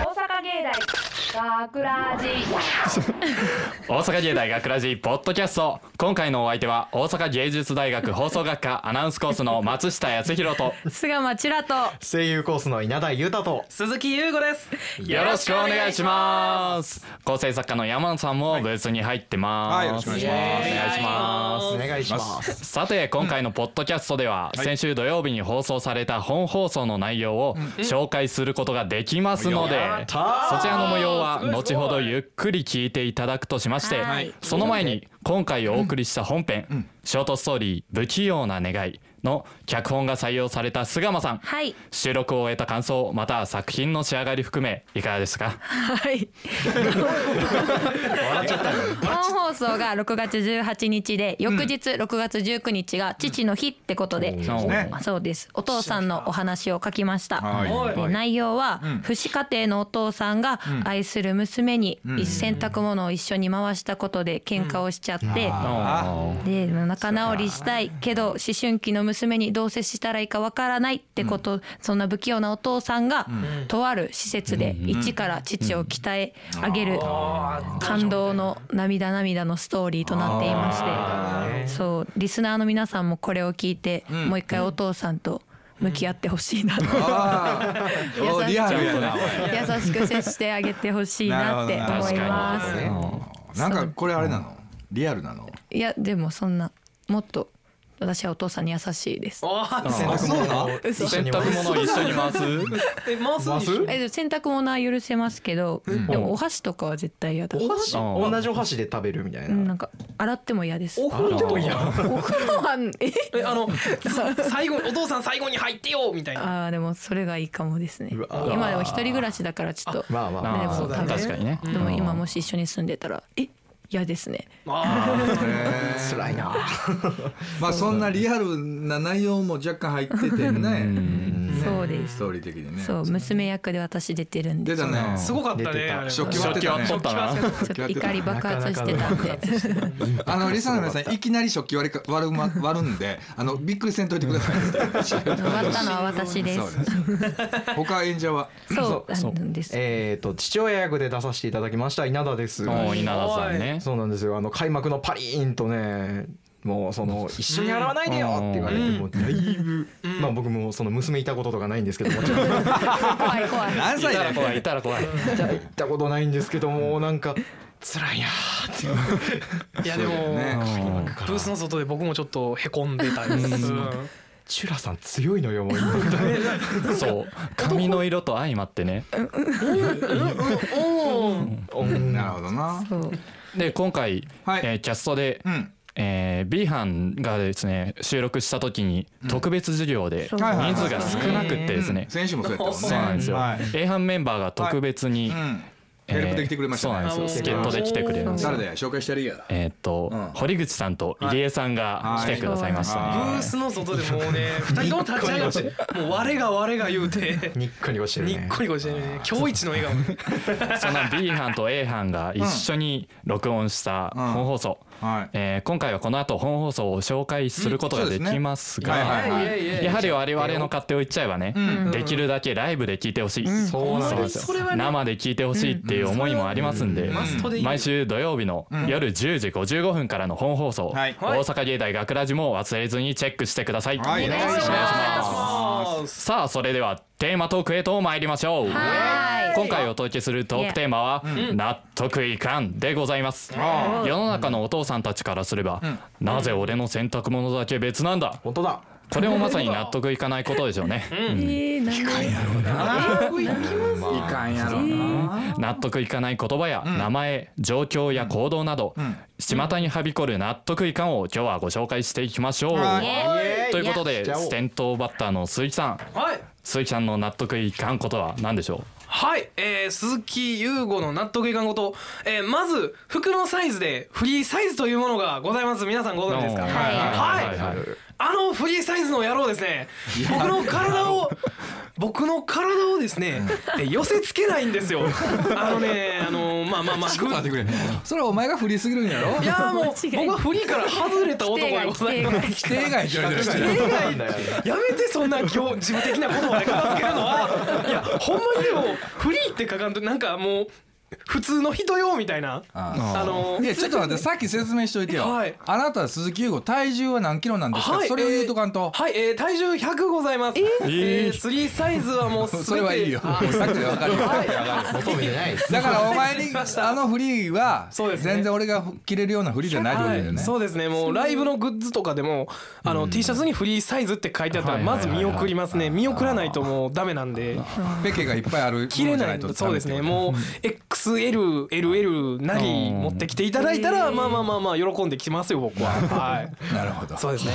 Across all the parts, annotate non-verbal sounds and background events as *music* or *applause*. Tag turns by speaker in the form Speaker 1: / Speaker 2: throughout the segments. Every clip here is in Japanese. Speaker 1: 大学ラジ
Speaker 2: 大阪芸大学ラジポッドキャスト今回のお相手は大阪芸術大学放送学科アナウンスコースの松下康弘と
Speaker 3: 菅間千と
Speaker 4: 声優コースの稲田裕太と
Speaker 5: 鈴木優吾です。
Speaker 2: よろしくお願いします構成作家の山野さんもブースに入ってます、
Speaker 6: はいよろしくお願いします
Speaker 2: お願いします
Speaker 4: お願いします
Speaker 2: さて今回のポッドキャストでは先週土曜日に放送された本放送の内容を紹介することができますのでそちらの模様は後ほどゆっくり聞いていただくとしまして
Speaker 3: はい
Speaker 2: その前に今回お送りした本編「ショートストーリー不器用な願い」の脚本が採用された菅間さん
Speaker 3: はい
Speaker 2: 収録を終えた感想または作品の仕上がり含めいかがでした
Speaker 3: *laughs*
Speaker 2: か
Speaker 3: はい
Speaker 4: 笑っちゃったよ
Speaker 3: 本放送が6月18日で翌日6月19日が父の日ってことで、
Speaker 2: そう
Speaker 6: ね
Speaker 3: あそうですお父さんのお話を書きました、
Speaker 6: はい
Speaker 3: で内容は、不死家庭のお父さんが愛する娘に洗濯物を一緒に回したことで喧嘩をしちゃって、で仲直りしたいけど思春期の娘にどう接したらいいかわからないってこと、そんな不器用なお父さんが、とある施設で一から父を鍛え上げる感動の涙涙のストーリーとなっていましてそうリスナーの皆さんもこれを聞いて、もう一回お父さんと向き合ってほしいなと、
Speaker 6: あー *laughs* お
Speaker 3: 優しい
Speaker 6: リアルやなおい
Speaker 3: 優しく接してあげてほしいなって
Speaker 6: なる
Speaker 3: 思
Speaker 6: ほ
Speaker 2: ど
Speaker 3: い
Speaker 2: な
Speaker 3: ます。
Speaker 6: なんかこれあれなのリアル
Speaker 2: *laughs*
Speaker 6: なの
Speaker 3: いやでもそんなもっと私はお父さんに優しいです。
Speaker 5: おー
Speaker 4: 洗濯物を一緒
Speaker 2: 洗
Speaker 4: に
Speaker 2: 濯物を一緒に回す
Speaker 5: え回すんでしょ
Speaker 3: えでも洗濯物は許せますけど、でもお箸とかは絶対嫌だ。
Speaker 4: お箸
Speaker 2: うん
Speaker 4: 同じお箸で食べるみたい
Speaker 3: うんな
Speaker 4: なん
Speaker 3: か洗っても嫌です。
Speaker 5: お
Speaker 3: お
Speaker 5: 風呂でもいいや。
Speaker 3: 風呂は *laughs* え
Speaker 5: えあのさ最後お父さん最後に入ってよみたいな。
Speaker 3: ああでもそれがいいかもですね。
Speaker 4: うわ
Speaker 3: 今でも一人暮らしだからちょっと
Speaker 4: まあまあ
Speaker 2: あ
Speaker 4: ま
Speaker 2: ー
Speaker 3: でも多分
Speaker 2: 確かにね
Speaker 3: でも今もし一緒に住んでたらえ嫌ですね。
Speaker 5: あー
Speaker 6: えー
Speaker 4: 辛いな
Speaker 6: まあそんなリアルな内容も若干入っててね
Speaker 3: そうです
Speaker 6: ス。トーリー的にね
Speaker 3: そう娘役で私出てるんで
Speaker 6: 出たね
Speaker 5: すごかった
Speaker 4: 出て
Speaker 5: ね。
Speaker 4: た
Speaker 5: あれ
Speaker 6: 食器
Speaker 2: 食
Speaker 6: 割っ
Speaker 2: 器
Speaker 6: てた
Speaker 2: 割っと
Speaker 6: ね
Speaker 2: ったな
Speaker 3: ちょっと怒り爆発してたんで。
Speaker 6: あのリサの皆さんいきなり食器割りか割るま割るんであのびっくりせんといてください
Speaker 3: 割ったのは私で
Speaker 6: そう
Speaker 3: す。
Speaker 6: です他演者は
Speaker 3: そうなんです。
Speaker 4: えっと父親役で出させていただきました稲田です
Speaker 2: おー稲田さんね
Speaker 4: そうなんですよあの開幕のパリーンとねもうその一緒に洗わないでよって言われてもうだいぶまあ僕もその娘いたこととかないんですけどもちろん
Speaker 3: 怖い怖い。
Speaker 6: 何
Speaker 2: い
Speaker 6: 歳
Speaker 2: た
Speaker 6: だ
Speaker 2: ら
Speaker 6: よ
Speaker 2: 怖いいたら怖い
Speaker 4: じゃあ行ったことないんですけどもなんか辛いなーっていう
Speaker 5: いやでも
Speaker 6: ね
Speaker 5: ブースの外で僕もちょっとへこんでたです。うん
Speaker 4: チュラさん強いのよもう今
Speaker 2: そう髪の色と相まってね
Speaker 6: なるほどな
Speaker 3: そう
Speaker 2: で今回、
Speaker 6: はい
Speaker 2: えーキャストで、
Speaker 6: うん
Speaker 2: えー、B 班がですね収録した時に特別授業で
Speaker 3: そ
Speaker 2: 人
Speaker 3: う
Speaker 6: はいはいはい
Speaker 2: 数が少なくってですね、
Speaker 6: 先週もそうやったもんね
Speaker 2: そうなんですよ、
Speaker 6: はい
Speaker 2: A 班メンバーが特別に、
Speaker 6: うん
Speaker 2: え
Speaker 6: ヘ
Speaker 2: ー
Speaker 6: ルプで来てくれましたね
Speaker 2: そうなんですよ助っ人で来てくれました
Speaker 6: 誰だよ紹介してやるや
Speaker 2: えーっと、
Speaker 6: うん
Speaker 2: 堀口さんと入江さんが来てくださいましたね、
Speaker 5: ブースの外でもうね二人とも立ち上がってもう我が我が言うて。
Speaker 4: ニッコニコしてる
Speaker 5: に
Speaker 4: ね
Speaker 5: っこりこしてるね。今日一の笑顔。
Speaker 2: その B 班と A 班が一緒に録音した
Speaker 6: うん
Speaker 2: 本放送、
Speaker 6: はい
Speaker 2: えー今回はこの後本放送を紹介することができますが、
Speaker 6: うんそうですねはいはいはい
Speaker 5: いやいやいや
Speaker 2: やはり我々の勝手を言っちゃえばね、
Speaker 6: ん
Speaker 2: できるだけライブで聞いてほしい、
Speaker 4: そうなんですよ
Speaker 5: それはね
Speaker 2: 生で聞いてほしいっていう思いもありますんで、
Speaker 5: マストでいいよ
Speaker 2: 毎週土曜日の夜10時55分からの本放送、
Speaker 6: はい
Speaker 2: 大阪芸大学ラジも忘れずにチェックしてください、
Speaker 6: はいお願いしま
Speaker 2: お願いし
Speaker 6: す
Speaker 2: ます
Speaker 5: あ
Speaker 2: さあそれではテーマトークへと参りましょう
Speaker 3: はーい
Speaker 2: 今回お届けするトークテーマは「納得いかん」でございます
Speaker 6: あ
Speaker 2: 世の中のお父さんたちからすれば「なぜ俺の洗濯物だけ別なんだ
Speaker 4: 本当だ」
Speaker 2: これもまさに納得いかないことでしょうね
Speaker 3: えーなんで
Speaker 6: いかんやろな
Speaker 2: 納得いかない言葉や名前状況や行動など巷にはびこる納得いかんを今日はご紹介していきましょう
Speaker 6: はい
Speaker 2: ということで
Speaker 4: しちゃおう
Speaker 2: 先頭バッターの鈴木さん
Speaker 5: はい。
Speaker 2: 鈴木さんの納得いかんことは何でしょ
Speaker 5: はい、えー、鈴木優吾の納得いかんこと、えー、まず服のサイズでフリーサイズというものがございます皆さんご
Speaker 2: う
Speaker 5: 存知ですか
Speaker 2: うん
Speaker 5: はい、
Speaker 2: はいはいはい
Speaker 5: あのフリーサイズの野郎ですね僕の体を僕の体をですねえ寄せつけないんですよあのねあのまあまあまあ
Speaker 6: ちょっと
Speaker 5: ぐ
Speaker 6: 待ってくれそれはお前が振りすぎるんやろ
Speaker 5: いやーもう
Speaker 3: 間違いない
Speaker 5: 僕はフリーから外れた男でございます
Speaker 6: 否定外じゃない
Speaker 5: 例外やめてそんな行事務的なことをね片付けるのはいやほんまにでもフリーって書かんとなんかもう普通の人よみたいな
Speaker 6: あ
Speaker 5: あの
Speaker 6: いやちょっと待ってさっき説明しといてよ、
Speaker 5: はい
Speaker 6: あなたは鈴木優吾体重は何キロなんですか、
Speaker 5: はい
Speaker 6: それを言うとかんと、
Speaker 5: はい、えー、体重100ございます。えー、スリーサイズ
Speaker 6: *laughs*
Speaker 5: はもうすべて。
Speaker 6: それはいいよ
Speaker 5: あ
Speaker 6: もうさっきで分かるよ
Speaker 4: 求めてないです
Speaker 6: だからお前
Speaker 5: *laughs*
Speaker 6: にあのフリーは
Speaker 5: そうですね
Speaker 6: 全然俺が着れるようなフリーじゃないってことだよね、
Speaker 5: はい、そうですねもうライブのグッズとかでもあの T シャツにフリーサイズって書いてあったら
Speaker 2: はいはい
Speaker 5: ま
Speaker 2: はい
Speaker 5: ず
Speaker 2: はい
Speaker 5: 見送りますね見送らないともうダメなんで
Speaker 6: ペケがいっぱいあるもの
Speaker 5: 切
Speaker 6: じ
Speaker 5: れ
Speaker 6: ゃ
Speaker 5: な
Speaker 6: ない
Speaker 5: い
Speaker 6: と
Speaker 5: そうですね
Speaker 6: ダメって
Speaker 5: もう XLLL なり持ってきていただいたらまあまあまあまあ喜んできますよ僕ははい
Speaker 6: ことなるほど
Speaker 5: そうですね。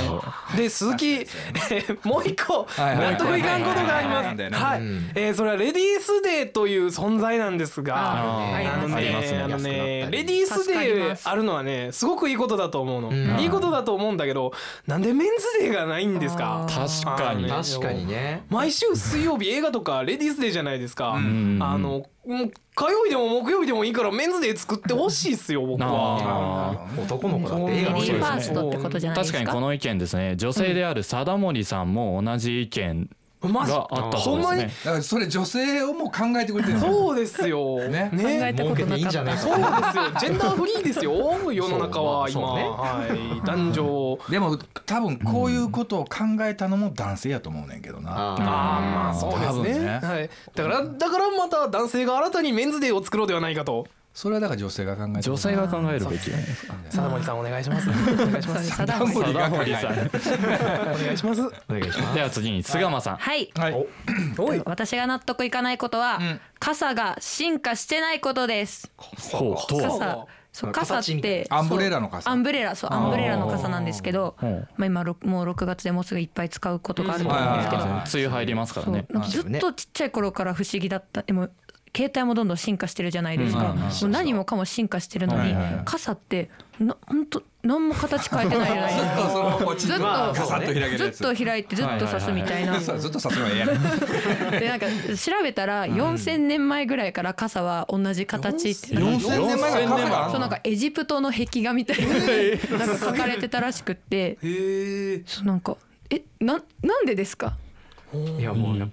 Speaker 5: で鈴木、えーもう一個
Speaker 6: はいはい
Speaker 5: 納得いかんことが
Speaker 6: はいは
Speaker 5: あり
Speaker 6: い
Speaker 5: ま
Speaker 6: はい
Speaker 5: す。はい、えーそれはレディースデーという存在なんですが。
Speaker 2: あ
Speaker 3: ー
Speaker 5: あの
Speaker 2: ーあります
Speaker 5: ね、あの
Speaker 2: ね
Speaker 5: ね、レディースデーあるのはね、すごくいいことだと思うの。いいことだと思うんだけど、なんでメンズデーがないんですか。
Speaker 2: 確かに
Speaker 5: あの
Speaker 4: 確かにね
Speaker 5: 毎週水曜日映画とかレディースデーじゃないですか。あ
Speaker 2: ん
Speaker 5: の、もう火曜日でも木曜日でもいいから、メンズデー作ってほしいっすよ、僕は。
Speaker 2: あー
Speaker 4: 男の子だって映画
Speaker 3: レ
Speaker 4: の
Speaker 3: ディ
Speaker 4: 人
Speaker 3: ー
Speaker 4: で
Speaker 3: フ
Speaker 4: す
Speaker 3: ァーストってことじゃないで
Speaker 2: 確
Speaker 3: す
Speaker 2: か
Speaker 3: か
Speaker 2: にこの意見ですね女性である貞森さんも同じ意見
Speaker 5: マジ
Speaker 2: があった
Speaker 5: ほ
Speaker 2: そうん
Speaker 5: ま
Speaker 2: で
Speaker 5: に
Speaker 2: す。
Speaker 6: だからそれ女性をもう考えてくれてるの
Speaker 5: そうですよ。
Speaker 6: ね
Speaker 5: ね
Speaker 3: 考えたこ
Speaker 4: 儲け
Speaker 3: となかった
Speaker 4: ていいんじゃないか
Speaker 5: そうですよ。ジェンダーフリーですよ。世の中は
Speaker 4: そう
Speaker 5: 今、
Speaker 4: ま
Speaker 5: はい、男女。
Speaker 6: でも多分こういうことを考えたのも男性やと思うねんけどな、
Speaker 5: あー
Speaker 4: あ
Speaker 5: まあそう
Speaker 6: 多
Speaker 5: です
Speaker 6: 分
Speaker 5: ね
Speaker 6: ね
Speaker 5: はい。だからだからまた男性が新たにメンズデーを作ろうではないかと。
Speaker 6: それはだから女性が考えて
Speaker 2: 女性が考えるべきじゃないですか
Speaker 5: 貞森さんお願いします。お願いします。
Speaker 3: 貞森
Speaker 6: 貞
Speaker 2: 貞
Speaker 6: 森
Speaker 2: 森
Speaker 6: が
Speaker 2: さ
Speaker 6: 考
Speaker 2: ん
Speaker 6: え
Speaker 5: お願いします。
Speaker 4: ーお願いします
Speaker 2: では次に菅間さん
Speaker 3: はい
Speaker 6: はい
Speaker 5: おい。
Speaker 3: 私が納得いかないことは、
Speaker 6: ん
Speaker 3: 傘が進化してないことです
Speaker 2: ほうと
Speaker 5: そう
Speaker 3: 傘そう傘っ
Speaker 4: 形みたい
Speaker 3: て
Speaker 6: なアンブレラの傘
Speaker 3: そうアンブレラそうアンブレラの傘なんですけど
Speaker 2: うん
Speaker 3: まあ今ろくもう6月でもうすぐいっぱい使うことがあると思うんですけど
Speaker 2: 梅雨入りますから
Speaker 3: そう
Speaker 2: ね
Speaker 3: なんかずっとちっちゃい頃から不思議だったでも携帯もどんどん進化してるじゃないですか、
Speaker 6: うん
Speaker 3: もう何もかも進化してるのに、
Speaker 6: はいはい
Speaker 3: 傘ってな本当何も形変えてないじゃないです
Speaker 6: ずっと
Speaker 3: か
Speaker 6: *laughs* そのポチ
Speaker 3: ずっと
Speaker 6: ガサッと開ける
Speaker 3: ず
Speaker 6: や
Speaker 3: っ
Speaker 6: つ
Speaker 3: と開いてずっと刺すみたいな、
Speaker 6: そうずっとさすがにええやん
Speaker 3: でなんか調べたら4,000年前ぐらいから傘は同じ形って
Speaker 6: 4000年前が傘があん
Speaker 3: そう
Speaker 6: の
Speaker 3: なんかエジプトの壁画みたいななんか書かれてたらしくって
Speaker 5: へえ。
Speaker 3: そうなんかえななんでですか
Speaker 4: いやもうやっ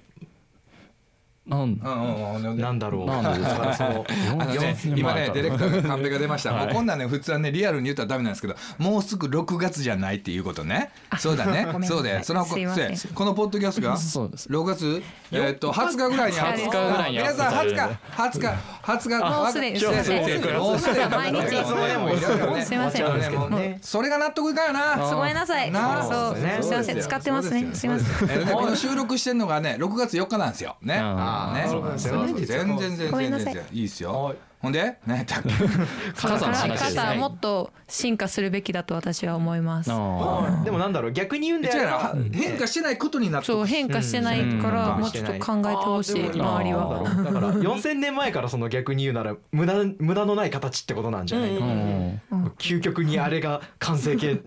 Speaker 2: なん
Speaker 6: うんうんうん
Speaker 4: ぱなんだろう
Speaker 2: なんでですか
Speaker 4: その
Speaker 6: あのね、
Speaker 2: 4000
Speaker 6: 今
Speaker 2: 前
Speaker 6: ね
Speaker 2: か
Speaker 6: ディレクターのカンペが出ました、
Speaker 2: はい
Speaker 6: もうこんなんね普通はねリアルに言ったらダメなんですけどもうすぐ6月じゃないっていうことねそうだね
Speaker 3: ごめんなさい
Speaker 6: そうだよその
Speaker 3: すいません
Speaker 6: そうやこのポッドキャストが
Speaker 2: そうです
Speaker 6: 6月えーっと20日ぐらいにアップ
Speaker 3: 20日
Speaker 2: ぐらいにアッ
Speaker 6: 皆
Speaker 2: プ
Speaker 6: さん
Speaker 2: される
Speaker 6: 20日20日20日
Speaker 3: もうすでに
Speaker 6: そうやね
Speaker 3: もうす
Speaker 6: もうすで
Speaker 3: でに
Speaker 6: に
Speaker 3: 毎日
Speaker 6: もういろいろね
Speaker 3: すいません
Speaker 6: もうねもうねそれが納得いかんよな
Speaker 3: ごめんなさい
Speaker 6: なあ
Speaker 4: そ
Speaker 3: そう
Speaker 4: うですね
Speaker 3: すいません使ってますねすいません
Speaker 6: せん。えーでこの収録してんのがね、6月4日なんですよ。ね。ね
Speaker 2: あ
Speaker 4: ーそうなんですよ
Speaker 6: 全然全然
Speaker 3: ごめん
Speaker 6: 全
Speaker 3: な
Speaker 6: 然
Speaker 3: さい
Speaker 6: 全然いいですよ
Speaker 5: はい。
Speaker 6: ほんで、何やったっけ。
Speaker 2: 傘の話です
Speaker 3: 傘は
Speaker 2: ね
Speaker 3: もっと進化するべきだと私は思います
Speaker 2: あ
Speaker 4: *laughs* でもなんだろう逆に言うんであ
Speaker 6: 違う
Speaker 4: れ
Speaker 6: な
Speaker 4: ば
Speaker 6: 変化してないことになって
Speaker 3: そう
Speaker 6: る
Speaker 3: 変化してないから
Speaker 4: うん
Speaker 3: もうちょっと考えてほしい
Speaker 5: うん
Speaker 3: 周り
Speaker 4: な
Speaker 3: は
Speaker 4: んだろうだから4000年前からその逆に言うなら無駄無駄のない形ってことなんじゃないか
Speaker 2: ーう
Speaker 4: な、
Speaker 2: ん
Speaker 4: 究極にあれが完成形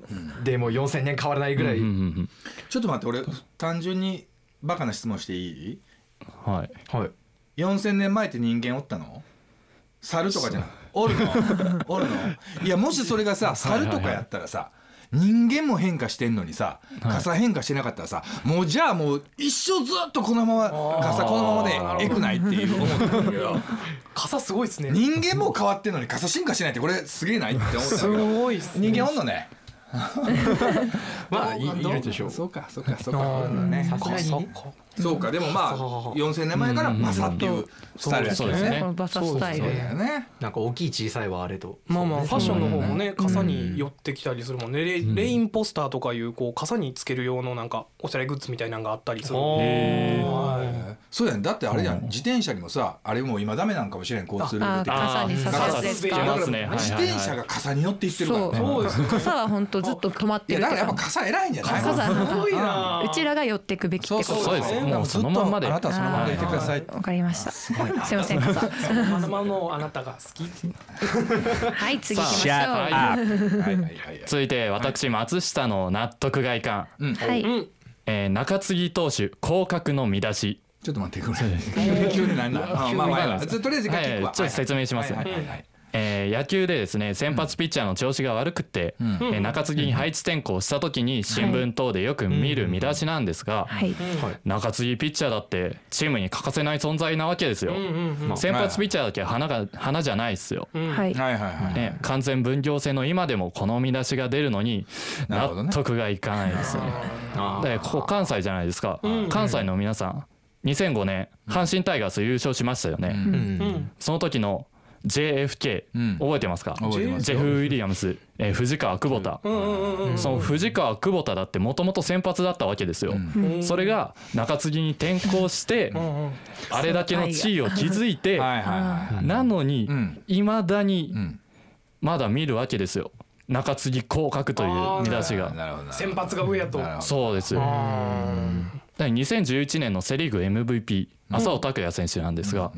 Speaker 4: でもう4000年変わらないぐらい、
Speaker 2: うんうん
Speaker 6: ちょっと待って俺単純にバカな質問していい
Speaker 2: うんはい
Speaker 4: はい、
Speaker 6: 4000年前って人間おったの猿とかじゃないおるのおるのいやもしそれがさ猿とかやったらさ、人間も変化してんのにさ傘変化してなかったらさ、もうじゃあもう一生ずっとこのまま傘このままでえくないっていう思ったんだけ
Speaker 4: *laughs*
Speaker 6: ど
Speaker 5: 傘すごいですね。
Speaker 6: 人間も変わってんのに傘進化しないってこれすげえないって思ったんだ
Speaker 5: す
Speaker 6: けど
Speaker 5: ごいっすね。
Speaker 6: 人間おんの
Speaker 4: *laughs*
Speaker 6: ね
Speaker 4: まあいいるでしょう
Speaker 6: そうかそうかそうかおるのね
Speaker 4: さすがにね
Speaker 6: そうかでもまあ4000年前からバサッというスタイルやった
Speaker 2: そう
Speaker 6: よ
Speaker 2: ですね
Speaker 3: このバサスタイ
Speaker 6: そう
Speaker 3: ル
Speaker 6: だよね
Speaker 4: なんか大きい小さいはあれと
Speaker 5: まあまあファッションの方もね傘に寄ってきたりするもんねレイレインポスターとかいうこう傘につける用のなんかおしゃれグッズみたいなのがあったりする
Speaker 2: へ
Speaker 5: はい
Speaker 6: そうやんだってあれやん自転車にもさあれもう今ダメなんかもしれん交通ルール的に
Speaker 3: あ傘に刺
Speaker 6: さ
Speaker 2: す
Speaker 6: る
Speaker 2: です
Speaker 5: あ
Speaker 2: か
Speaker 5: ー
Speaker 6: だから
Speaker 5: 刺
Speaker 2: ますねはい
Speaker 6: 自
Speaker 2: はい
Speaker 6: 転
Speaker 2: は
Speaker 6: 車
Speaker 2: い
Speaker 6: が傘に乗っていってるから
Speaker 3: そう
Speaker 6: ね
Speaker 5: そうです
Speaker 3: 傘は本当ずっと止まっ
Speaker 6: い
Speaker 3: て
Speaker 6: や
Speaker 3: る
Speaker 6: だ
Speaker 3: と
Speaker 6: からやっぱ
Speaker 3: か
Speaker 6: 傘偉いんじゃない
Speaker 3: 傘
Speaker 5: すごいな
Speaker 3: *laughs* うちらが寄ってくべきってこと
Speaker 2: そうです
Speaker 5: そう
Speaker 2: よ
Speaker 5: です
Speaker 2: もうそのまんまで
Speaker 6: あなたはそのままでいてください
Speaker 3: あーわかりました。すいません。傘
Speaker 5: まだまのあなたが好き。
Speaker 3: はい、次行きましょう。
Speaker 2: さあ
Speaker 3: は
Speaker 6: はいはいはいはい
Speaker 2: 続いて私松下の納得がいかん、
Speaker 3: い。
Speaker 5: うん。
Speaker 2: えー中継ぎ投手降格の見出し
Speaker 6: ちょっと待ってくれ急に何だあまあまあまあとりあえず一回聞くわ
Speaker 2: はいちょっと説明します
Speaker 6: はいはいはいはい
Speaker 2: えー野球でですね先発ピッチャーの調子が悪くって、
Speaker 6: ん
Speaker 2: えー中継ぎに配置転向した時に新聞等でよく見る見出しなんですが、
Speaker 3: はい。
Speaker 2: 中継ぎピッチャーだってチームに欠かせない存在なわけですよ、
Speaker 5: うんうん
Speaker 2: まあ先発ピッチャーだけ花が花じゃないっすよ、
Speaker 5: うん。
Speaker 3: はい。
Speaker 6: はいはいはい
Speaker 2: ね、完全分業制の今でもこの見出しが出るのに
Speaker 6: なるほど
Speaker 2: 納
Speaker 6: ね
Speaker 2: 得がいかないですね
Speaker 4: あ
Speaker 2: でここ関西じゃないですか、関西の皆さん2005年阪神タイガース優勝しましたよね、
Speaker 4: う
Speaker 5: うんん。
Speaker 2: その時の JFK、
Speaker 6: うん
Speaker 2: 覚えてますか
Speaker 6: 覚えてます
Speaker 2: ジェフ・ウィリアムス、えー藤川久保田、
Speaker 5: うんうんうんうん。
Speaker 2: その藤川久保田だってもともと先発だったわけですよ、それが中継ぎに転向して、
Speaker 5: うんうん。
Speaker 2: あれだけの地位を築いて、
Speaker 6: はいはいはい
Speaker 2: なのに
Speaker 6: うん
Speaker 2: いま、未だに
Speaker 6: ん
Speaker 2: まだ見るわけですよ中継ぎ降格という見出しが
Speaker 6: なるほどな
Speaker 5: 先発が上やと。
Speaker 6: なるほ
Speaker 2: そうですよだから2011年のセ・リーグ MVP 浅尾拓也選手なんですが、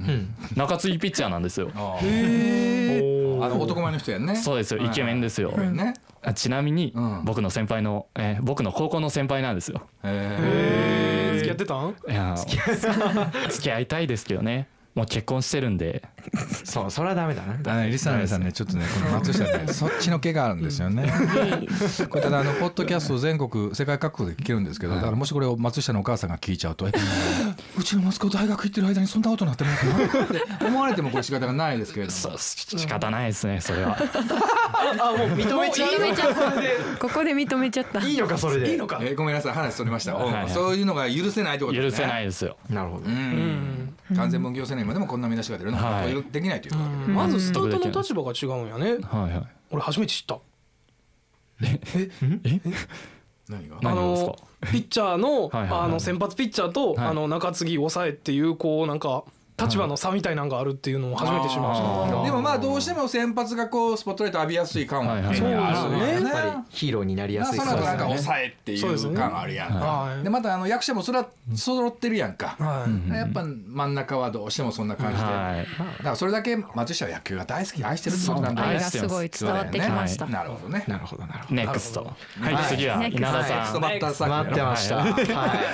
Speaker 2: 中継ぎピッチャーなんですよ
Speaker 6: どあーあの男前の人やんね
Speaker 2: そうですよイケメンですよ、
Speaker 6: ね
Speaker 2: あちなみに
Speaker 6: うん
Speaker 2: 僕の先輩の、えー僕の高校の先輩なんですよ
Speaker 6: へ
Speaker 5: 付き合ってたん？
Speaker 2: いや付き合いたいですけどねもう結婚してるんで
Speaker 4: そうそれはダメだな
Speaker 6: あのリサーネさんねちょっとねこの松下ねそっちの毛があるんですよね。これただあのポッドキャスト全国世界各国で聞けるんですけど、だからもしこれを松下のお母さんが聞いちゃう
Speaker 2: *laughs*
Speaker 6: と、えうちの息子大学行ってる間にそんなことになってもらってって思われてもこれ仕方がないですけれども。
Speaker 2: そうし仕方ないですねそれは
Speaker 5: あもう認めちゃう。
Speaker 3: 認めちゃった。ここで認めちゃった。
Speaker 4: いいのかそれで
Speaker 5: いいのか。
Speaker 6: えーごめんなさい話それました、
Speaker 2: はいはい
Speaker 6: そういうのが許せないってことですね
Speaker 2: 許せないですよ
Speaker 4: なるほど
Speaker 6: うん、完全分業制の今でもこんな見出しが出るのは
Speaker 2: はい
Speaker 6: 許できないというわけで、
Speaker 5: まずスタートの立場が違うんやね。
Speaker 2: はいはい
Speaker 5: 俺初めて知った。
Speaker 6: 何が
Speaker 5: あ
Speaker 2: 何です
Speaker 5: の
Speaker 2: か
Speaker 5: ピッチャー
Speaker 2: は
Speaker 5: の
Speaker 2: いはいはい
Speaker 5: あの先発ピッチャーと
Speaker 2: はい
Speaker 5: あの中継ぎ抑えっていうこうなんか立場の差みたいなのがあるっていうのを初めて知りました。
Speaker 2: あー
Speaker 6: でもまあどうしても先発がこうスポットライト浴びやすい感は
Speaker 2: はいはい
Speaker 6: そうです
Speaker 5: そう
Speaker 6: ね
Speaker 5: です
Speaker 4: やっぱりヒーローになりや
Speaker 6: まあ
Speaker 4: すい
Speaker 6: その後なんか
Speaker 4: そうですよね
Speaker 6: 抑えって
Speaker 5: そうです
Speaker 6: い
Speaker 5: よ
Speaker 6: う
Speaker 5: ね
Speaker 6: 感はあるやんか
Speaker 5: は。い
Speaker 6: でまたあの役者もそれは揃ってるやんか。
Speaker 5: はい。
Speaker 6: やっぱ真ん中はどうしてもそんな感じで。
Speaker 2: はい
Speaker 6: だからそれだけ松下は野球が大好き愛してるってことなんだ
Speaker 3: 愛
Speaker 6: ね。
Speaker 3: がすごい伝わってきました。
Speaker 6: なるほどね。
Speaker 4: なるほどなるほ
Speaker 2: ネクストはい、
Speaker 6: はい
Speaker 2: 次は
Speaker 3: ネクス
Speaker 2: 稲
Speaker 3: ト
Speaker 2: 田
Speaker 6: はい、
Speaker 2: さ
Speaker 6: スト
Speaker 2: ん
Speaker 6: バッターサ
Speaker 4: ど
Speaker 6: ー
Speaker 4: 待
Speaker 6: クル
Speaker 4: って
Speaker 6: やろ。
Speaker 4: ました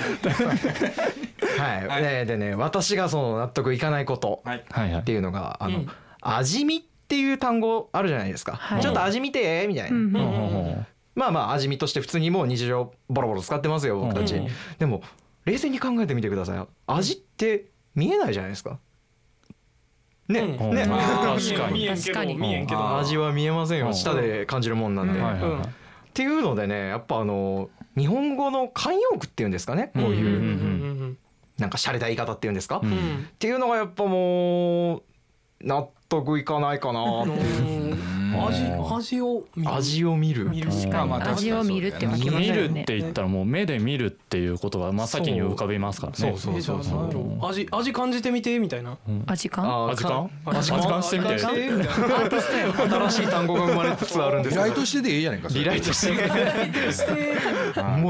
Speaker 4: はい、はいででね私がその納得いかないこと
Speaker 6: はい。
Speaker 2: はいはい
Speaker 4: っていうのがあの、
Speaker 5: うん
Speaker 4: 味見っていう単語あるじゃないですか、
Speaker 3: はい
Speaker 4: ちょっと味見てみたいな、
Speaker 2: ほうほうほ
Speaker 4: まあまあ味見として普通にもう日常ボロボロ使ってますよ僕たち、
Speaker 2: うん
Speaker 4: でも冷静に考えてみてください味って見えないじゃないですかね、
Speaker 5: う
Speaker 2: う
Speaker 4: *laughs* ね、
Speaker 2: まあ確か
Speaker 5: 見
Speaker 2: に
Speaker 5: えんけ
Speaker 3: 確
Speaker 5: ど
Speaker 3: かに
Speaker 5: 見えんけど。
Speaker 4: 味は見えませ
Speaker 2: う
Speaker 4: んよ
Speaker 2: ん
Speaker 4: 舌で感じるもんなんで、
Speaker 5: うん
Speaker 2: はいはいはい
Speaker 4: っていうのでねやっぱあの日本語の慣用句っていうんですかねこういう、
Speaker 5: うん
Speaker 2: ん
Speaker 4: なんか洒落た言い方っていうんですか、
Speaker 2: う
Speaker 5: うんん
Speaker 4: っていうのがやっぱもう納得いかないかなって
Speaker 5: うん味味を見る
Speaker 4: 味を見る
Speaker 5: 見る
Speaker 6: まあまあ確かに
Speaker 3: 味を見るって書きま
Speaker 2: 見
Speaker 3: すよ
Speaker 2: るっ
Speaker 3: ね。
Speaker 2: て言ったらもう目で見るっていうことが真っ先に浮かびますからね
Speaker 4: そうそうそうそう
Speaker 5: えじゃあ何やろ味味感じてみてみたいな。
Speaker 3: 味感？
Speaker 4: あ
Speaker 2: 味感味
Speaker 5: 感
Speaker 2: 感してみて
Speaker 5: 味感してみて
Speaker 4: 新しい単語が生まれつつあるんで
Speaker 6: リ
Speaker 4: すよ
Speaker 6: ライトしてでいいじゃないか。
Speaker 4: リライトしても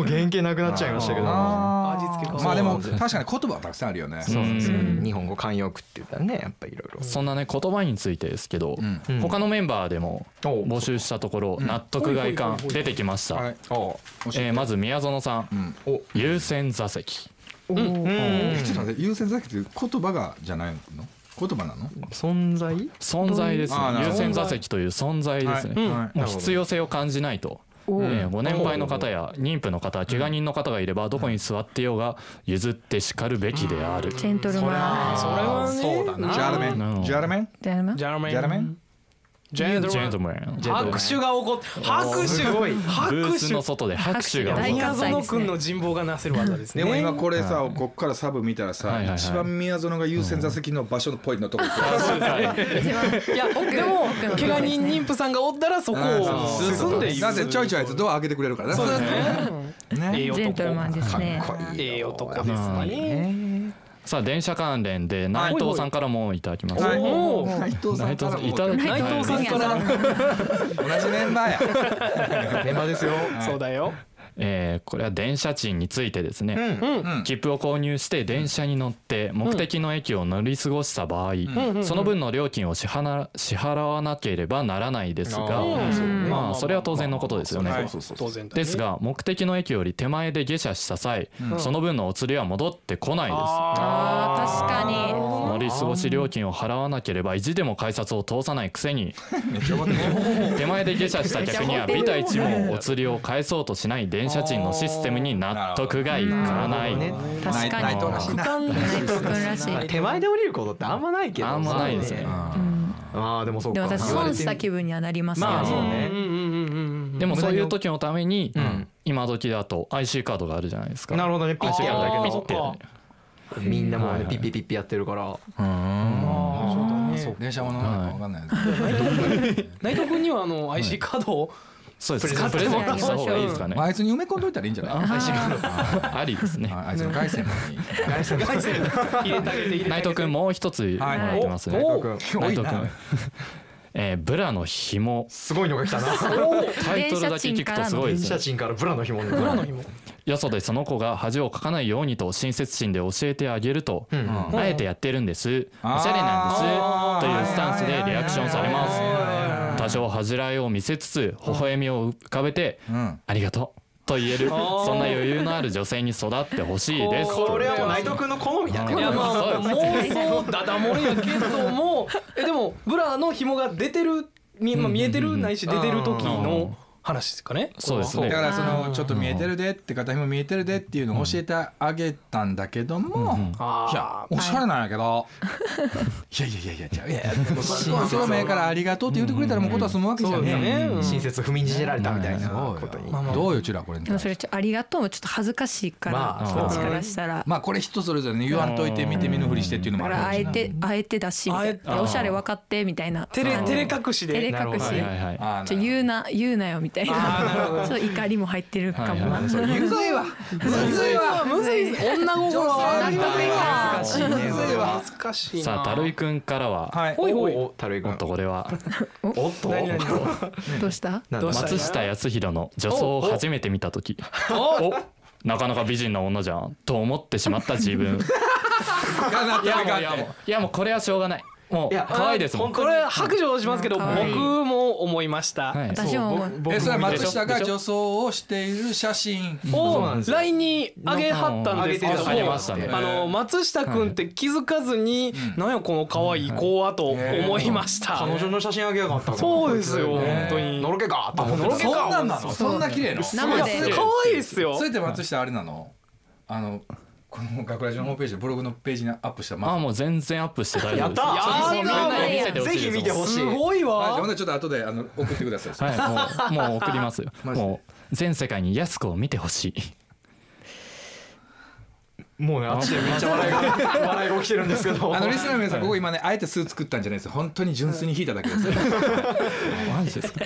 Speaker 4: う原型なくなっちゃいましたけどま
Speaker 5: 味付けが
Speaker 6: まあでも確かに言葉はたくさんあるよね。
Speaker 2: そうなんですよ
Speaker 4: あ日本語慣用句って言ったらねやっぱいろいろ
Speaker 2: そんなね言葉についてですけど、
Speaker 4: うん
Speaker 2: 他のメンバーでも
Speaker 4: おう
Speaker 2: 募集したところ、納得がいかん出てきました、
Speaker 6: はい。お
Speaker 2: えーまず宮園さん、
Speaker 6: お
Speaker 2: 優先座席
Speaker 6: えちょっと待って優先座席って言葉がじゃないの？言葉なの？
Speaker 4: 存在
Speaker 2: 存在ですね
Speaker 6: あーなるほ
Speaker 2: 優
Speaker 6: ど
Speaker 2: 先座席という存在ですね、
Speaker 6: はい
Speaker 5: うん
Speaker 6: はい
Speaker 2: もう必要性を感じないと。えーご年配の方や妊婦の方怪我人の方がいればどこに座ってようが譲ってしかるべきである
Speaker 3: ジェントルマン。
Speaker 5: それは
Speaker 4: そ
Speaker 5: ね。
Speaker 4: うだな
Speaker 6: ジャールメ
Speaker 2: うん
Speaker 6: ン。ジャールメン。
Speaker 3: ジェントルマン
Speaker 5: ジャーメン。
Speaker 6: ジャールメン。
Speaker 5: ジェン
Speaker 2: ジェント
Speaker 5: トルマン。
Speaker 2: ルマン
Speaker 5: 拍手が起こって拍手
Speaker 2: ブースの
Speaker 5: 拍手。
Speaker 2: 外で拍手が起こる
Speaker 5: 宮園君の人望がなせる技ですね。
Speaker 6: でも今これさ、こっからサブ見たらさ、
Speaker 2: はいはいはい
Speaker 6: 一番宮園が優先座席の場所のポイントのとこ行って
Speaker 5: いやでも怪我人妊婦さんがおったらそこを
Speaker 6: る
Speaker 5: 進んでいく
Speaker 6: なぜちょいちょいあいつドア開けてくれるからね。そうね。
Speaker 5: ええ
Speaker 3: ジェントルマン
Speaker 5: 男
Speaker 3: ですね。
Speaker 5: ええ男ですね
Speaker 2: さあ電車関連で内藤さんからもいただきました、
Speaker 6: はい
Speaker 5: おー
Speaker 6: 内藤さん
Speaker 2: 内
Speaker 6: か
Speaker 2: 藤
Speaker 6: ら
Speaker 2: さ
Speaker 6: も
Speaker 2: んいただき
Speaker 5: 内藤さんから
Speaker 6: 同じメンバーや。 *laughs*
Speaker 4: メンバーですよ
Speaker 5: そうだよ
Speaker 2: えーこれは電車賃についてですね、
Speaker 5: うん
Speaker 6: うん
Speaker 2: 切符を購入して電車に乗って目的の駅を乗り過ごした場合、
Speaker 5: うん
Speaker 2: その分の料金を支払支払わなければならないですが、
Speaker 5: うんそうね
Speaker 2: まあそれは当然のことですよね。
Speaker 6: はい
Speaker 5: 当然だね
Speaker 2: ですが目的の駅より手前で下車した際、
Speaker 6: うん
Speaker 2: その分のお釣りは戻ってこないです。
Speaker 5: あ
Speaker 3: あー確かに
Speaker 2: 乗り過ごし料金を払わなければ意地でも改札を通さないくせに手前で下車した客にはビタ一文お釣りを返そうとしない電車賃のシステムに納得がいかない
Speaker 3: 確
Speaker 6: 内
Speaker 3: か
Speaker 6: 内
Speaker 3: に
Speaker 6: 藤らしいな
Speaker 3: 内藤君らしい
Speaker 5: ー
Speaker 4: 手前で降りることってあんまないけど
Speaker 2: あんまないですよね
Speaker 4: ああでもそう
Speaker 3: で
Speaker 4: か
Speaker 3: も私
Speaker 4: 言われ
Speaker 3: 損
Speaker 4: て
Speaker 3: し
Speaker 4: み
Speaker 3: た気分にはなりますね、
Speaker 4: まあそうね
Speaker 5: うんうんうんうんうん
Speaker 2: でもそういう時のために
Speaker 4: ん
Speaker 2: 今時だと IC カードがあるじゃないですか
Speaker 4: なるほどねピッてやるだけ
Speaker 5: あ
Speaker 4: の
Speaker 5: ー
Speaker 2: ピッてやる
Speaker 4: みんなもう
Speaker 2: はい
Speaker 4: ね
Speaker 2: はい
Speaker 4: ピッピピッピやってるから
Speaker 5: あー
Speaker 6: 電車も乗らないか分かんない
Speaker 5: 内藤君にはあの IC カードを
Speaker 2: そうです
Speaker 5: プ
Speaker 2: プ
Speaker 5: レ
Speaker 2: レ
Speaker 5: ゼ
Speaker 2: ゼ
Speaker 5: ン
Speaker 2: ン
Speaker 5: ト
Speaker 2: トした方がいいですかね
Speaker 6: まああいつに埋め込んどいたらいいんじゃない
Speaker 2: ありですね
Speaker 6: ああいつの回線までに
Speaker 5: 外線に *laughs* 入れてあげて入
Speaker 2: 内
Speaker 5: れてあげて
Speaker 2: 藤君もう一つもらってますね
Speaker 5: お
Speaker 4: 僕
Speaker 2: 内藤
Speaker 6: 多いな
Speaker 2: 君えーブラの紐
Speaker 4: すごいのが来たな
Speaker 2: タイトルだけ聞くとすごいで
Speaker 4: 電
Speaker 2: すね
Speaker 4: 車賃からブラの紐の
Speaker 5: 裏の紐
Speaker 2: よそでその子が恥をかかないようにと親切心で教えてあげると、
Speaker 6: ん
Speaker 2: あえてやってるんですおしゃれなんですというスタンスでリアクションされます多少恥じらいを見せつつ微笑みを浮かべて、
Speaker 6: うん
Speaker 2: ありがとうと言える
Speaker 5: ー
Speaker 2: そんな余裕のある女性に育ってほしいです
Speaker 5: これはもう
Speaker 4: 内藤君の好みだ
Speaker 5: い
Speaker 4: ね
Speaker 5: やまあ
Speaker 2: そうです
Speaker 5: 妄想ダダ漏れやけどもえでもブラの紐が出てるみまあ見えてるないし出てる時の話ですかね
Speaker 2: そうです
Speaker 6: だ
Speaker 2: ね
Speaker 6: からそのちょっと見えてるでって片紐見えてるでっていうのを教えてあげたんだけども、いや
Speaker 5: あ
Speaker 6: おしゃれなんやけど、い、やいやいやいやちゃういやいやもうそ
Speaker 4: 親切
Speaker 6: それもええからありがとうって言ってくれたらもうことは済むわけじゃ
Speaker 5: そうだ
Speaker 6: ね
Speaker 5: ねうん
Speaker 4: 親切踏みにじられたみたいなことに
Speaker 5: まあまあ
Speaker 6: どうよちらこれに
Speaker 3: でもそれちょっとありがとうもちょっと恥ずかしいから、
Speaker 4: まあ
Speaker 3: こっちからしたら、
Speaker 6: まあこれ人それぞれね言わんといて見て見ぬふりしてっていうのも
Speaker 3: だ
Speaker 6: あ
Speaker 3: か
Speaker 6: る
Speaker 3: らあえ
Speaker 6: かもして
Speaker 3: あえてだしみた
Speaker 2: あ
Speaker 3: い
Speaker 2: え
Speaker 3: なおしゃれ分かってみたいな
Speaker 5: 照れ照れ隠し
Speaker 3: 照れ
Speaker 5: で
Speaker 3: 隠し
Speaker 2: はいはいはい
Speaker 6: あ
Speaker 3: ちょ言うな言うなよみたいなちょっと怒りも入ってるかもな、
Speaker 2: はいは
Speaker 6: それむずいわむずいわ
Speaker 5: むずい女心
Speaker 6: 女性の声は難
Speaker 5: 難
Speaker 6: しいねそれは
Speaker 5: 難しいな
Speaker 2: さあたるいくんからは、
Speaker 6: はい
Speaker 5: おいおい
Speaker 4: おたるい
Speaker 2: お
Speaker 4: 君
Speaker 2: っとこれは
Speaker 4: おっと
Speaker 5: 何々
Speaker 3: どうした
Speaker 4: なんだ
Speaker 5: どうした
Speaker 2: 松下康弘の女装を初めて見た時おなかなか美人な女じゃんと思ってしまった自分
Speaker 6: がなっ
Speaker 2: い
Speaker 6: て
Speaker 2: や
Speaker 6: る
Speaker 2: も
Speaker 6: か
Speaker 2: ういやもういやもうこれはしょうがないもう
Speaker 4: いや
Speaker 2: 可愛いですもん
Speaker 5: これ白状しますけど
Speaker 3: 可愛い
Speaker 5: 僕も思いました
Speaker 2: はい
Speaker 3: 私も思う
Speaker 6: えそれは松下
Speaker 4: 下
Speaker 6: が女装をしている写真
Speaker 5: を
Speaker 4: なんです
Speaker 5: LINE に上げはったんですけど
Speaker 2: 上げてましたね
Speaker 5: あの松下君って気づかずになんやこの可愛い子はと思いました
Speaker 4: 彼女の写真あげやがったから
Speaker 5: そうですよ本当に
Speaker 4: のろけかと思って
Speaker 5: のろけ
Speaker 6: そん
Speaker 5: か
Speaker 6: なんなのそんな綺麗の
Speaker 3: 生で
Speaker 5: いや可愛いですよ
Speaker 6: それって松下あれなのあのこの学ラジのホームページでブログのページにアップした
Speaker 2: あ
Speaker 6: ま
Speaker 2: もう全然アップして大丈夫です
Speaker 5: やった
Speaker 2: もうみんなに見せてほしいです
Speaker 4: ぜひ見てほし
Speaker 5: すごい
Speaker 6: あほん
Speaker 5: わ
Speaker 6: ならちょっと後であの送ってください
Speaker 2: はいもうもう送りますよ
Speaker 6: マジで
Speaker 2: もう全世界に安子を見てほしい
Speaker 4: もうねあっちでめっちゃ笑いが笑いが起きてるんですけど
Speaker 6: あのリスナーの皆さんここ今ねあえて数作ったんじゃないですよ本当に純粋に引いただけです
Speaker 2: マジですか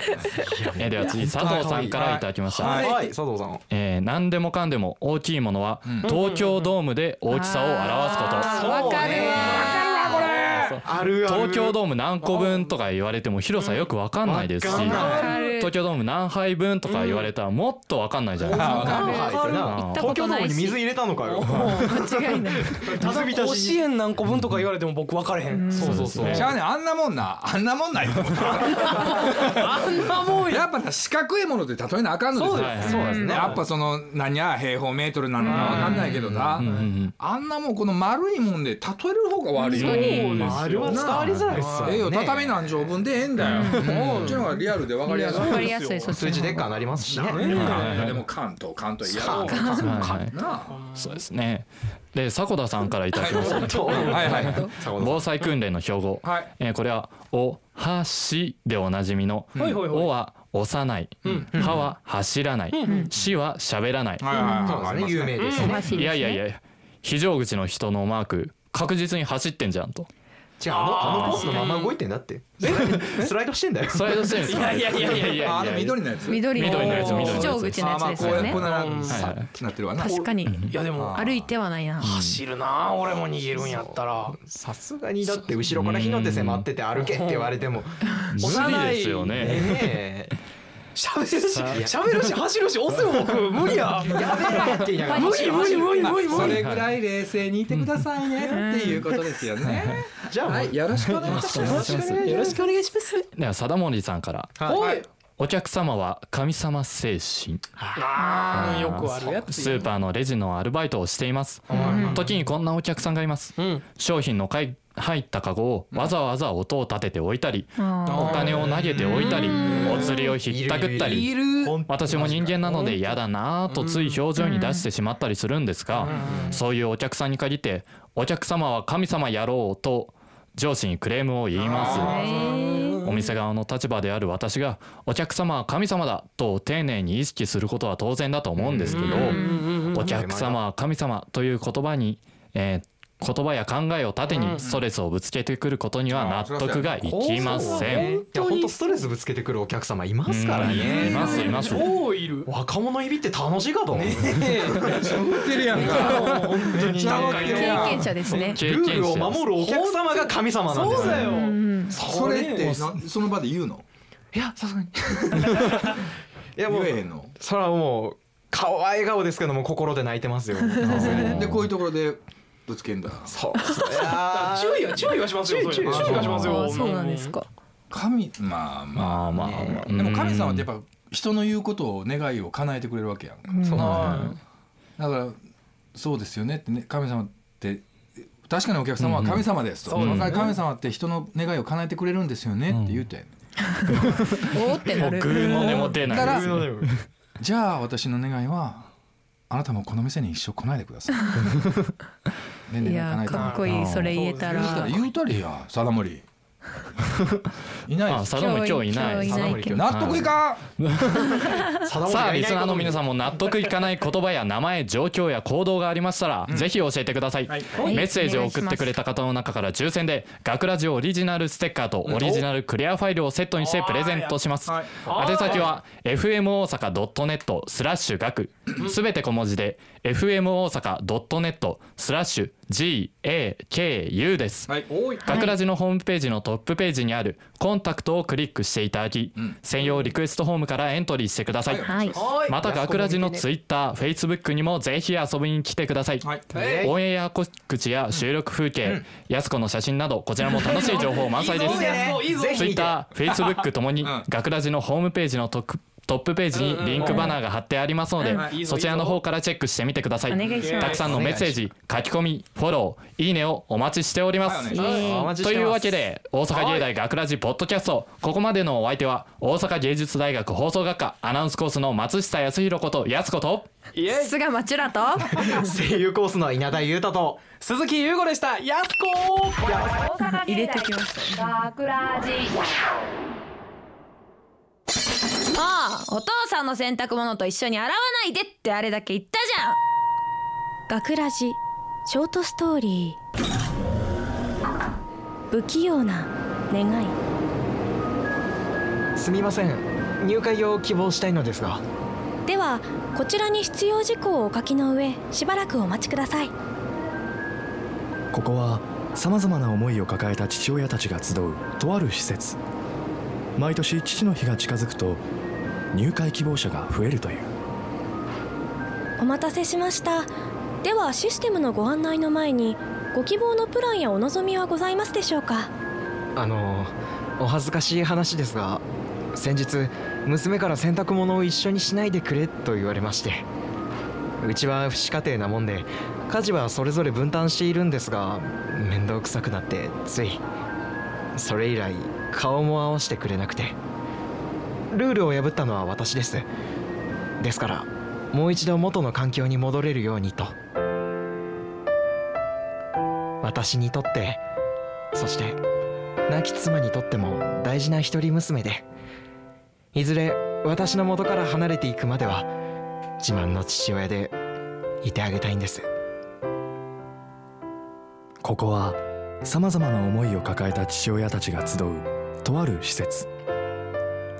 Speaker 2: えでは次佐藤さんからいただきました、
Speaker 4: はい佐藤さん
Speaker 2: えー何でもかんでも大きいものは東京ドームで大きさを表すこと、
Speaker 3: あーわかるわ
Speaker 4: あるある
Speaker 2: 東京ドーム何個分とか言われても広さよくわかんないですし
Speaker 4: わかんない
Speaker 3: わかる
Speaker 2: 東京ドーム何杯分とか言われたらもっとわかんないじゃないですか。
Speaker 4: 何杯ってな
Speaker 3: 行った
Speaker 4: 東
Speaker 3: こと
Speaker 4: 京ドー
Speaker 3: な
Speaker 4: ム
Speaker 3: い
Speaker 4: に
Speaker 3: し
Speaker 4: 水入れたのかよ
Speaker 3: *laughs* 間違いない
Speaker 5: ただ甲子園何個分とか言われても僕分かれへんそうそう
Speaker 2: そうです
Speaker 6: じゃあねんあんなもんなあんなもんないと思った
Speaker 5: あんなもんや
Speaker 6: やっぱな四角いもので例えなあかんのですよ
Speaker 2: はいはいそうですね
Speaker 6: やっぱその何や平方メートルなのかわかんないけどな
Speaker 2: うんうん
Speaker 6: あんなもんこの丸いもんで例える方が悪いよ
Speaker 4: あれは伝わりづらいっすよ
Speaker 6: ええよ
Speaker 4: ね
Speaker 6: 畳何畳分でええんだよこっちの方がリアルでわかりやすい
Speaker 3: わかりやすいそっ
Speaker 4: 数
Speaker 3: ち
Speaker 4: 字
Speaker 3: の
Speaker 4: でっ
Speaker 3: 方
Speaker 4: か
Speaker 3: が
Speaker 4: なりますしね
Speaker 6: でも関東関東やろうな
Speaker 2: うんはいはい
Speaker 6: あ
Speaker 2: そうですね。で迫田さんからいただきました。
Speaker 6: はいはい
Speaker 2: 防災訓練の標語、
Speaker 6: はい
Speaker 2: えーこれは「おはし」でおなじみの「
Speaker 5: はいはいはい
Speaker 2: お」は「幼い」は」は「走らない」し」は「喋らない」
Speaker 6: はい
Speaker 4: そう
Speaker 6: はい
Speaker 4: ですね有名ですね
Speaker 3: おかしいですね
Speaker 2: いやいやいや非常口の人のマーク確実に走ってんじゃんと。
Speaker 4: 違うあのあのポーズのまま動いてんだってスライドしてんだよ
Speaker 2: スライドしてるんですか
Speaker 5: いやいやいやい
Speaker 6: ああの緑のやつ
Speaker 3: 緑の
Speaker 2: 緑のやつ緑のやつ
Speaker 3: 非常口のやつですよ
Speaker 6: あ
Speaker 3: ね
Speaker 6: ーまあこうこん
Speaker 5: うん
Speaker 6: なさなってるわな
Speaker 3: 確かに
Speaker 5: いやでも
Speaker 3: 歩いてはないな
Speaker 5: 走るな俺も逃げるんやったら
Speaker 4: さすがにだって後ろから火の手迫ってて歩けって言われても
Speaker 2: 無理ですよね。
Speaker 4: ねえ
Speaker 5: 喋るし喋るし走るし押すよ僕無理や
Speaker 4: やべえって言いながら
Speaker 5: 無理無理無理無理
Speaker 6: そ
Speaker 5: 無理
Speaker 6: れぐらい冷静にいてくださいねっていうことですよね。
Speaker 5: じゃあもう
Speaker 6: はい、よろしくお願いいたし
Speaker 2: よ
Speaker 6: ま
Speaker 2: ろ
Speaker 6: す。
Speaker 2: しくお願いします
Speaker 5: よろしくお願いします
Speaker 2: では貞森さんから
Speaker 5: おい
Speaker 2: お客様は神様精神
Speaker 5: あーよくあるやつ
Speaker 2: スーパーのレジのアルバイトをしています時にこんなお客さんがいます
Speaker 5: うん
Speaker 2: 商品の買い入ったカゴをわざわざ音を立てて置いたり
Speaker 3: あ
Speaker 2: お金を投げて置いたりお釣りをひったくったり
Speaker 6: いる。
Speaker 2: 私も人間なので嫌だなぁとつい表情に出してしまったりするんですがそういうお客さんに限って「お客様は神様やろう」と上司にクレームを言い
Speaker 3: ー
Speaker 2: ます
Speaker 3: へー
Speaker 2: お店側の立場である私が「お客様は神様だ」と丁寧に意識することは当然だと思うんですけど「お客様は神様」という言葉に、えー言葉や考えを盾にストレスをぶつけてくることには納得がいきません。
Speaker 4: いや本当ストレスぶつけてくるお客様いますから
Speaker 2: うんい
Speaker 4: ね。
Speaker 2: ますいます
Speaker 5: 超いる
Speaker 4: 若者いびって楽しいかと思う。
Speaker 6: 喋ってるやんか。
Speaker 4: 本当に
Speaker 6: なんか
Speaker 3: 経験者ですね。
Speaker 2: 経
Speaker 4: ルー
Speaker 2: 験
Speaker 4: ルを
Speaker 2: 者
Speaker 4: 守るお客様が神様なんです。
Speaker 5: そうだよ
Speaker 6: それってなその場で言うの？
Speaker 4: いやさすがに。 *laughs* いや
Speaker 6: 言
Speaker 4: もう
Speaker 6: えへんの。
Speaker 4: それはもう顔は笑顔ですけども心で泣いて *laughs* ますよ。
Speaker 6: でこういうところでぶつけんだ。
Speaker 4: そうですね。あー
Speaker 5: 注意は注意はしますよ注意
Speaker 4: 注意
Speaker 5: はします
Speaker 3: あ
Speaker 5: よ
Speaker 3: ーそうなんですか。
Speaker 6: 神ま
Speaker 2: まあ
Speaker 6: あま
Speaker 2: まあまあ
Speaker 6: あ。でも神様ってやっぱ人の言うことを願いを叶えてくれるわけやんか。
Speaker 4: そう
Speaker 6: だからそうですよねってね神様って確かにお客様は神様ですと、
Speaker 5: うんうん
Speaker 6: だから神様って人の願いを叶えてくれるんですよねって言うて、
Speaker 3: おおってなる。
Speaker 2: グーも根も出ないですね
Speaker 6: じゃあ私の願いはあなたもこの店に一生来ないでくだ
Speaker 3: *laughs*
Speaker 6: さい。ね
Speaker 3: い
Speaker 6: ね
Speaker 3: や
Speaker 6: 叶え
Speaker 3: ー
Speaker 6: た
Speaker 3: かっ
Speaker 6: ら
Speaker 3: こいいそれ言えた
Speaker 6: 言うた
Speaker 3: ら
Speaker 6: ら。言うたりや貞
Speaker 3: *laughs*
Speaker 6: 森いない
Speaker 2: あ
Speaker 6: です
Speaker 2: 佐藤も今日いな
Speaker 3: 今
Speaker 2: い
Speaker 3: 日いないけど。
Speaker 6: 納得いか
Speaker 2: さあリスナーの皆さんも納得いかない言葉や名前状況や行動がありましたら、ぜひ教えてください、メッセージを送ってくれた方の中から抽選で「学ラジオリジナルステッカー」とオリジナルクリアファイルをセットにしてプレゼントします
Speaker 6: はい
Speaker 2: 宛先は fm 大阪 .net スラッシュ学すべて小文字で fm 大阪 .net スラッシュ GAKU です、
Speaker 6: はい
Speaker 2: 学ラジのホームページのトップページにあるコンタクトをクリックしていただき、専用リクエストフォームからエントリーしてください、
Speaker 3: はい。
Speaker 2: また学ラジのツイッター、フェイスブックにもぜひ遊びに来てください、
Speaker 6: はい
Speaker 2: オンエア告知や収録風景、やすこの写真などこちらも楽しい情報満載です
Speaker 5: いいぞ
Speaker 2: ツイッター、フェイスブックともに
Speaker 6: ん
Speaker 2: 学ラジのホームページのトップトップページにリンクバナーが貼ってありますので、
Speaker 5: いいぞ
Speaker 2: そちらの方からチェックしてみてください
Speaker 3: お願いします
Speaker 2: たくさんのメッセージ書き込みフォローいいねをお待ちしておりま
Speaker 6: はいお
Speaker 2: す、
Speaker 6: 願いし
Speaker 3: ますイエーイ
Speaker 4: お待ち
Speaker 2: と
Speaker 4: して
Speaker 2: い
Speaker 4: ます
Speaker 2: うわけで大阪芸大学ラジポッドキャストここまでのお相手は大阪芸術大学放送学科アナウンスコースの松下康弘ことやすこと
Speaker 5: イエイ
Speaker 3: 菅町 *laughs* らと。
Speaker 4: 声優コースの稲田裕太と。
Speaker 5: 鈴木優吾でしたやすこー
Speaker 1: 大阪
Speaker 3: 入
Speaker 1: 芸
Speaker 3: れてきま
Speaker 1: 大
Speaker 3: し
Speaker 1: 学ラジ
Speaker 3: もうお父さんの洗濯物と一緒に洗わないでってあれだけ言ったじゃん
Speaker 7: 学ラジショートストーリー不器用な願い
Speaker 4: すみません。入会を希望したいのですが。
Speaker 7: ではこちらに必要事項をお書きの上しばらくお待ちください
Speaker 8: ここはさまざまな思いを抱えた父親たちが集うとある施設毎年父の日が近づくと入会希望者が増えるという
Speaker 7: お待たせしましたではシステムのご案内の前にご希望のプランやお望みはございますでしょうか
Speaker 9: あのお恥ずかしい話ですが先日娘から洗濯物を一緒にしないでくれと言われましてうちは不死家庭なもんで家事はそれぞれ分担しているんですが面倒くさくなってついそれ以来顔も合わせてくれなくてルールを破ったのは私ですですからもう一度元の環境に戻れるようにと私にとってそして亡き妻にとっても大事な一人娘でいずれ私の元から離れていくまでは自慢の父親でいてあげたいんです
Speaker 8: ここはさまざまな思いを抱えた父親たちが集うとある施設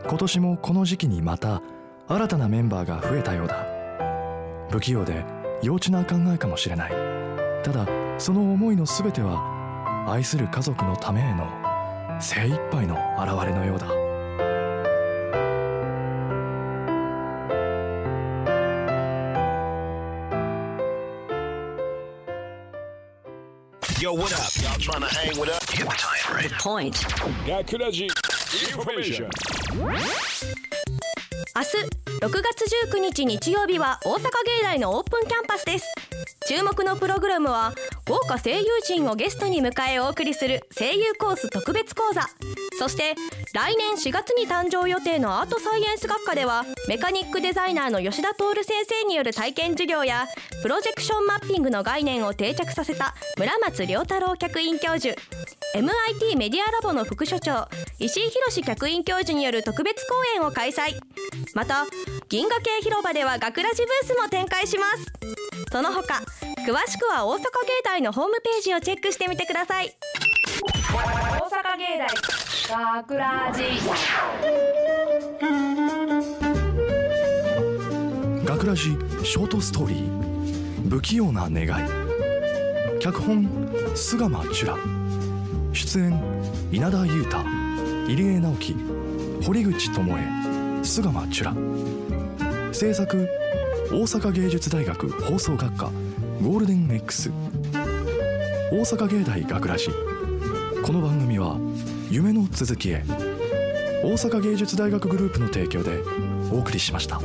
Speaker 8: 今年もこの時期にまた新たなメンバーが増えたようだ不器用で幼稚な考えかもしれないただその思いの全ては愛する家族のためへの精一杯の表れのようだ
Speaker 10: what up? Y'all trying to hang with us? Hit the time, right? The point. Gakuraji. Information.
Speaker 7: 明日6月19日日曜日は大阪芸大のオープンキャンパスです注目のプログラムは豪華声優陣をゲストに迎えお送りする声優コース特別講座そして来年4月に誕生予定のアートサイエンス学科ではメカニックデザイナーの吉田徹先生による体験授業やプロジェクションマッピングの概念を定着させた村松良太郎客員教授 MIT メディアラボの副所長石井博客員教授による特別講演を開催また銀河系広場では学ラジブースも展開しますその他詳しくは大阪芸大のホームページをチェックしてみてください
Speaker 1: 大阪芸大学ラジ
Speaker 8: 学ラジショートストーリー「不器用な願い」脚本巣鴨チュラ出演稲田裕太入江直樹堀口智恵巣鴨チュラ制作大阪芸術大学放送学科ゴールデン X 大阪芸大学ラジこの番組は夢の続きへ大阪芸術大学グループの提供でお送りしました。